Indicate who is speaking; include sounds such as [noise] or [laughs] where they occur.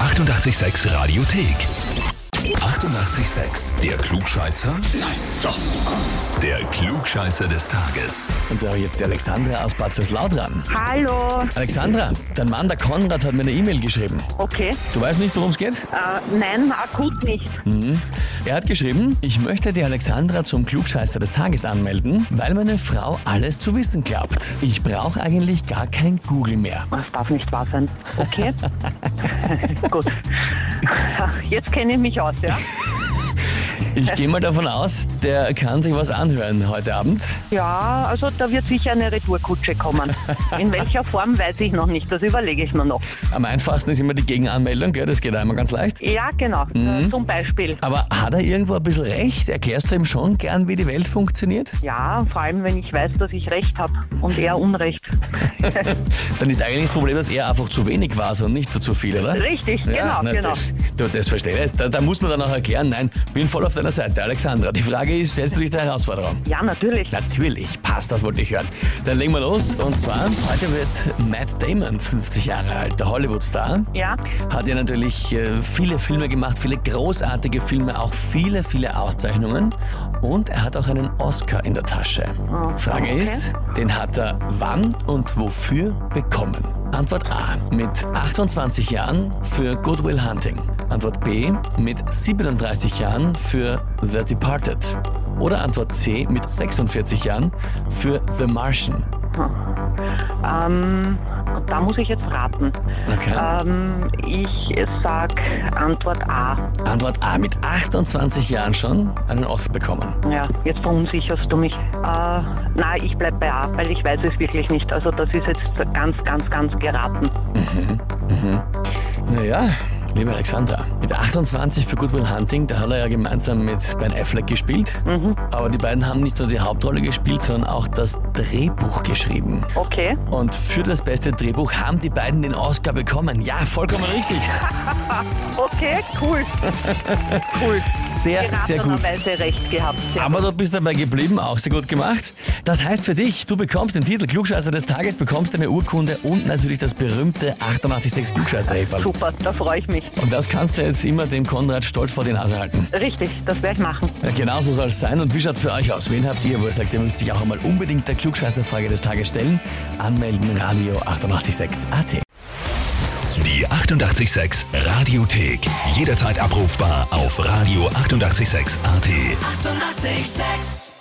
Speaker 1: 886 Radiothek. 88,6. Der Klugscheißer? Nein, doch. Der Klugscheißer des Tages.
Speaker 2: Und da habe ich jetzt die Alexandra aus Bad Fürslau dran.
Speaker 3: Hallo.
Speaker 2: Alexandra, dein Mann, der Konrad, hat mir eine E-Mail geschrieben.
Speaker 3: Okay.
Speaker 2: Du weißt nicht, worum es geht?
Speaker 3: Äh, nein, akut nicht.
Speaker 2: Er hat geschrieben, ich möchte die Alexandra zum Klugscheißer des Tages anmelden, weil meine Frau alles zu wissen glaubt. Ich brauche eigentlich gar kein Google mehr.
Speaker 3: Das darf nicht wahr sein. Okay. [laughs] Gut. [laughs] Jetzt kenne ich mich aus, ja?
Speaker 2: Ich gehe mal davon aus, der kann sich was anhören heute Abend.
Speaker 3: Ja, also da wird sicher eine Retourkutsche kommen. In welcher Form weiß ich noch nicht. Das überlege ich mir noch.
Speaker 2: Am einfachsten ist immer die Gegenanmeldung, gell? das geht einmal ganz leicht.
Speaker 3: Ja, genau. Äh, zum Beispiel.
Speaker 2: Aber hat er irgendwo ein bisschen recht? Erklärst du ihm schon gern, wie die Welt funktioniert?
Speaker 3: Ja, vor allem, wenn ich weiß, dass ich Recht habe und er Unrecht.
Speaker 2: Dann ist eigentlich das Problem, dass er einfach zu wenig war und nicht zu viel, oder?
Speaker 3: Richtig, genau,
Speaker 2: na,
Speaker 3: genau.
Speaker 2: Das, du, das verstehe ich. Da, da muss man dann auch erklären, nein, bin voll auf deiner Seite, Alexandra. Die Frage ist, stellst du dich der Herausforderung?
Speaker 3: Ja, natürlich.
Speaker 2: Natürlich, passt, das wollte ich hören. Dann legen wir los. Und zwar, heute wird Matt Damon 50 Jahre alt, der Hollywood-Star.
Speaker 3: Ja,
Speaker 2: Hat ja natürlich äh, viele Filme gemacht, viele großartige Filme, auch viele, viele Auszeichnungen. Und er hat auch einen Oscar in der Tasche.
Speaker 3: Oh,
Speaker 2: Frage
Speaker 3: okay.
Speaker 2: ist, den hat er wann und wofür bekommen? Antwort A mit 28 Jahren für Good Will Hunting. Antwort B mit 37 Jahren für The Departed. Oder Antwort C mit 46 Jahren für The Martian.
Speaker 3: ähm, da muss ich jetzt raten.
Speaker 2: Okay.
Speaker 3: Ähm, ich sag Antwort A.
Speaker 2: Antwort A mit 28 Jahren schon einen Oscar bekommen.
Speaker 3: Ja, jetzt verunsicherst du mich. Äh, nein, ich bleib bei A, weil ich weiß es wirklich nicht. Also das ist jetzt ganz, ganz, ganz geraten.
Speaker 2: Naja, liebe Alexandra, mit 28 für Good Will Hunting, da hat er ja gemeinsam mit Ben Affleck gespielt. Aber die beiden haben nicht nur die Hauptrolle gespielt, sondern auch das Drehbuch geschrieben.
Speaker 3: Okay.
Speaker 2: Und für das beste Drehbuch haben die beiden den Oscar bekommen. Ja, vollkommen richtig.
Speaker 3: Okay, cool.
Speaker 2: [laughs]
Speaker 3: cool.
Speaker 2: Sehr, sehr gut.
Speaker 3: Geratenerweise recht gehabt. Ja.
Speaker 2: Aber du bist dabei geblieben, auch sehr gut gemacht. Das heißt für dich, du bekommst den Titel Klugscheißer des Tages, bekommst eine Urkunde und natürlich das berühmte 886 klugscheißer -Häferl.
Speaker 3: Super, da freue ich mich.
Speaker 2: Und das kannst du jetzt immer dem Konrad stolz vor die Nase halten.
Speaker 3: Richtig, das werde ich machen.
Speaker 2: Ja, genau so soll es sein. Und wie schaut's bei euch aus? Wen habt ihr, wo ihr sagt, ihr müsst sich auch einmal unbedingt der Klugscheißerfrage des Tages stellen? Anmelden, Radio 886 AT.
Speaker 1: Die 88,6 Radiothek. Jederzeit abrufbar auf radio886.at. 88,6.
Speaker 4: Eighty-eight, sex.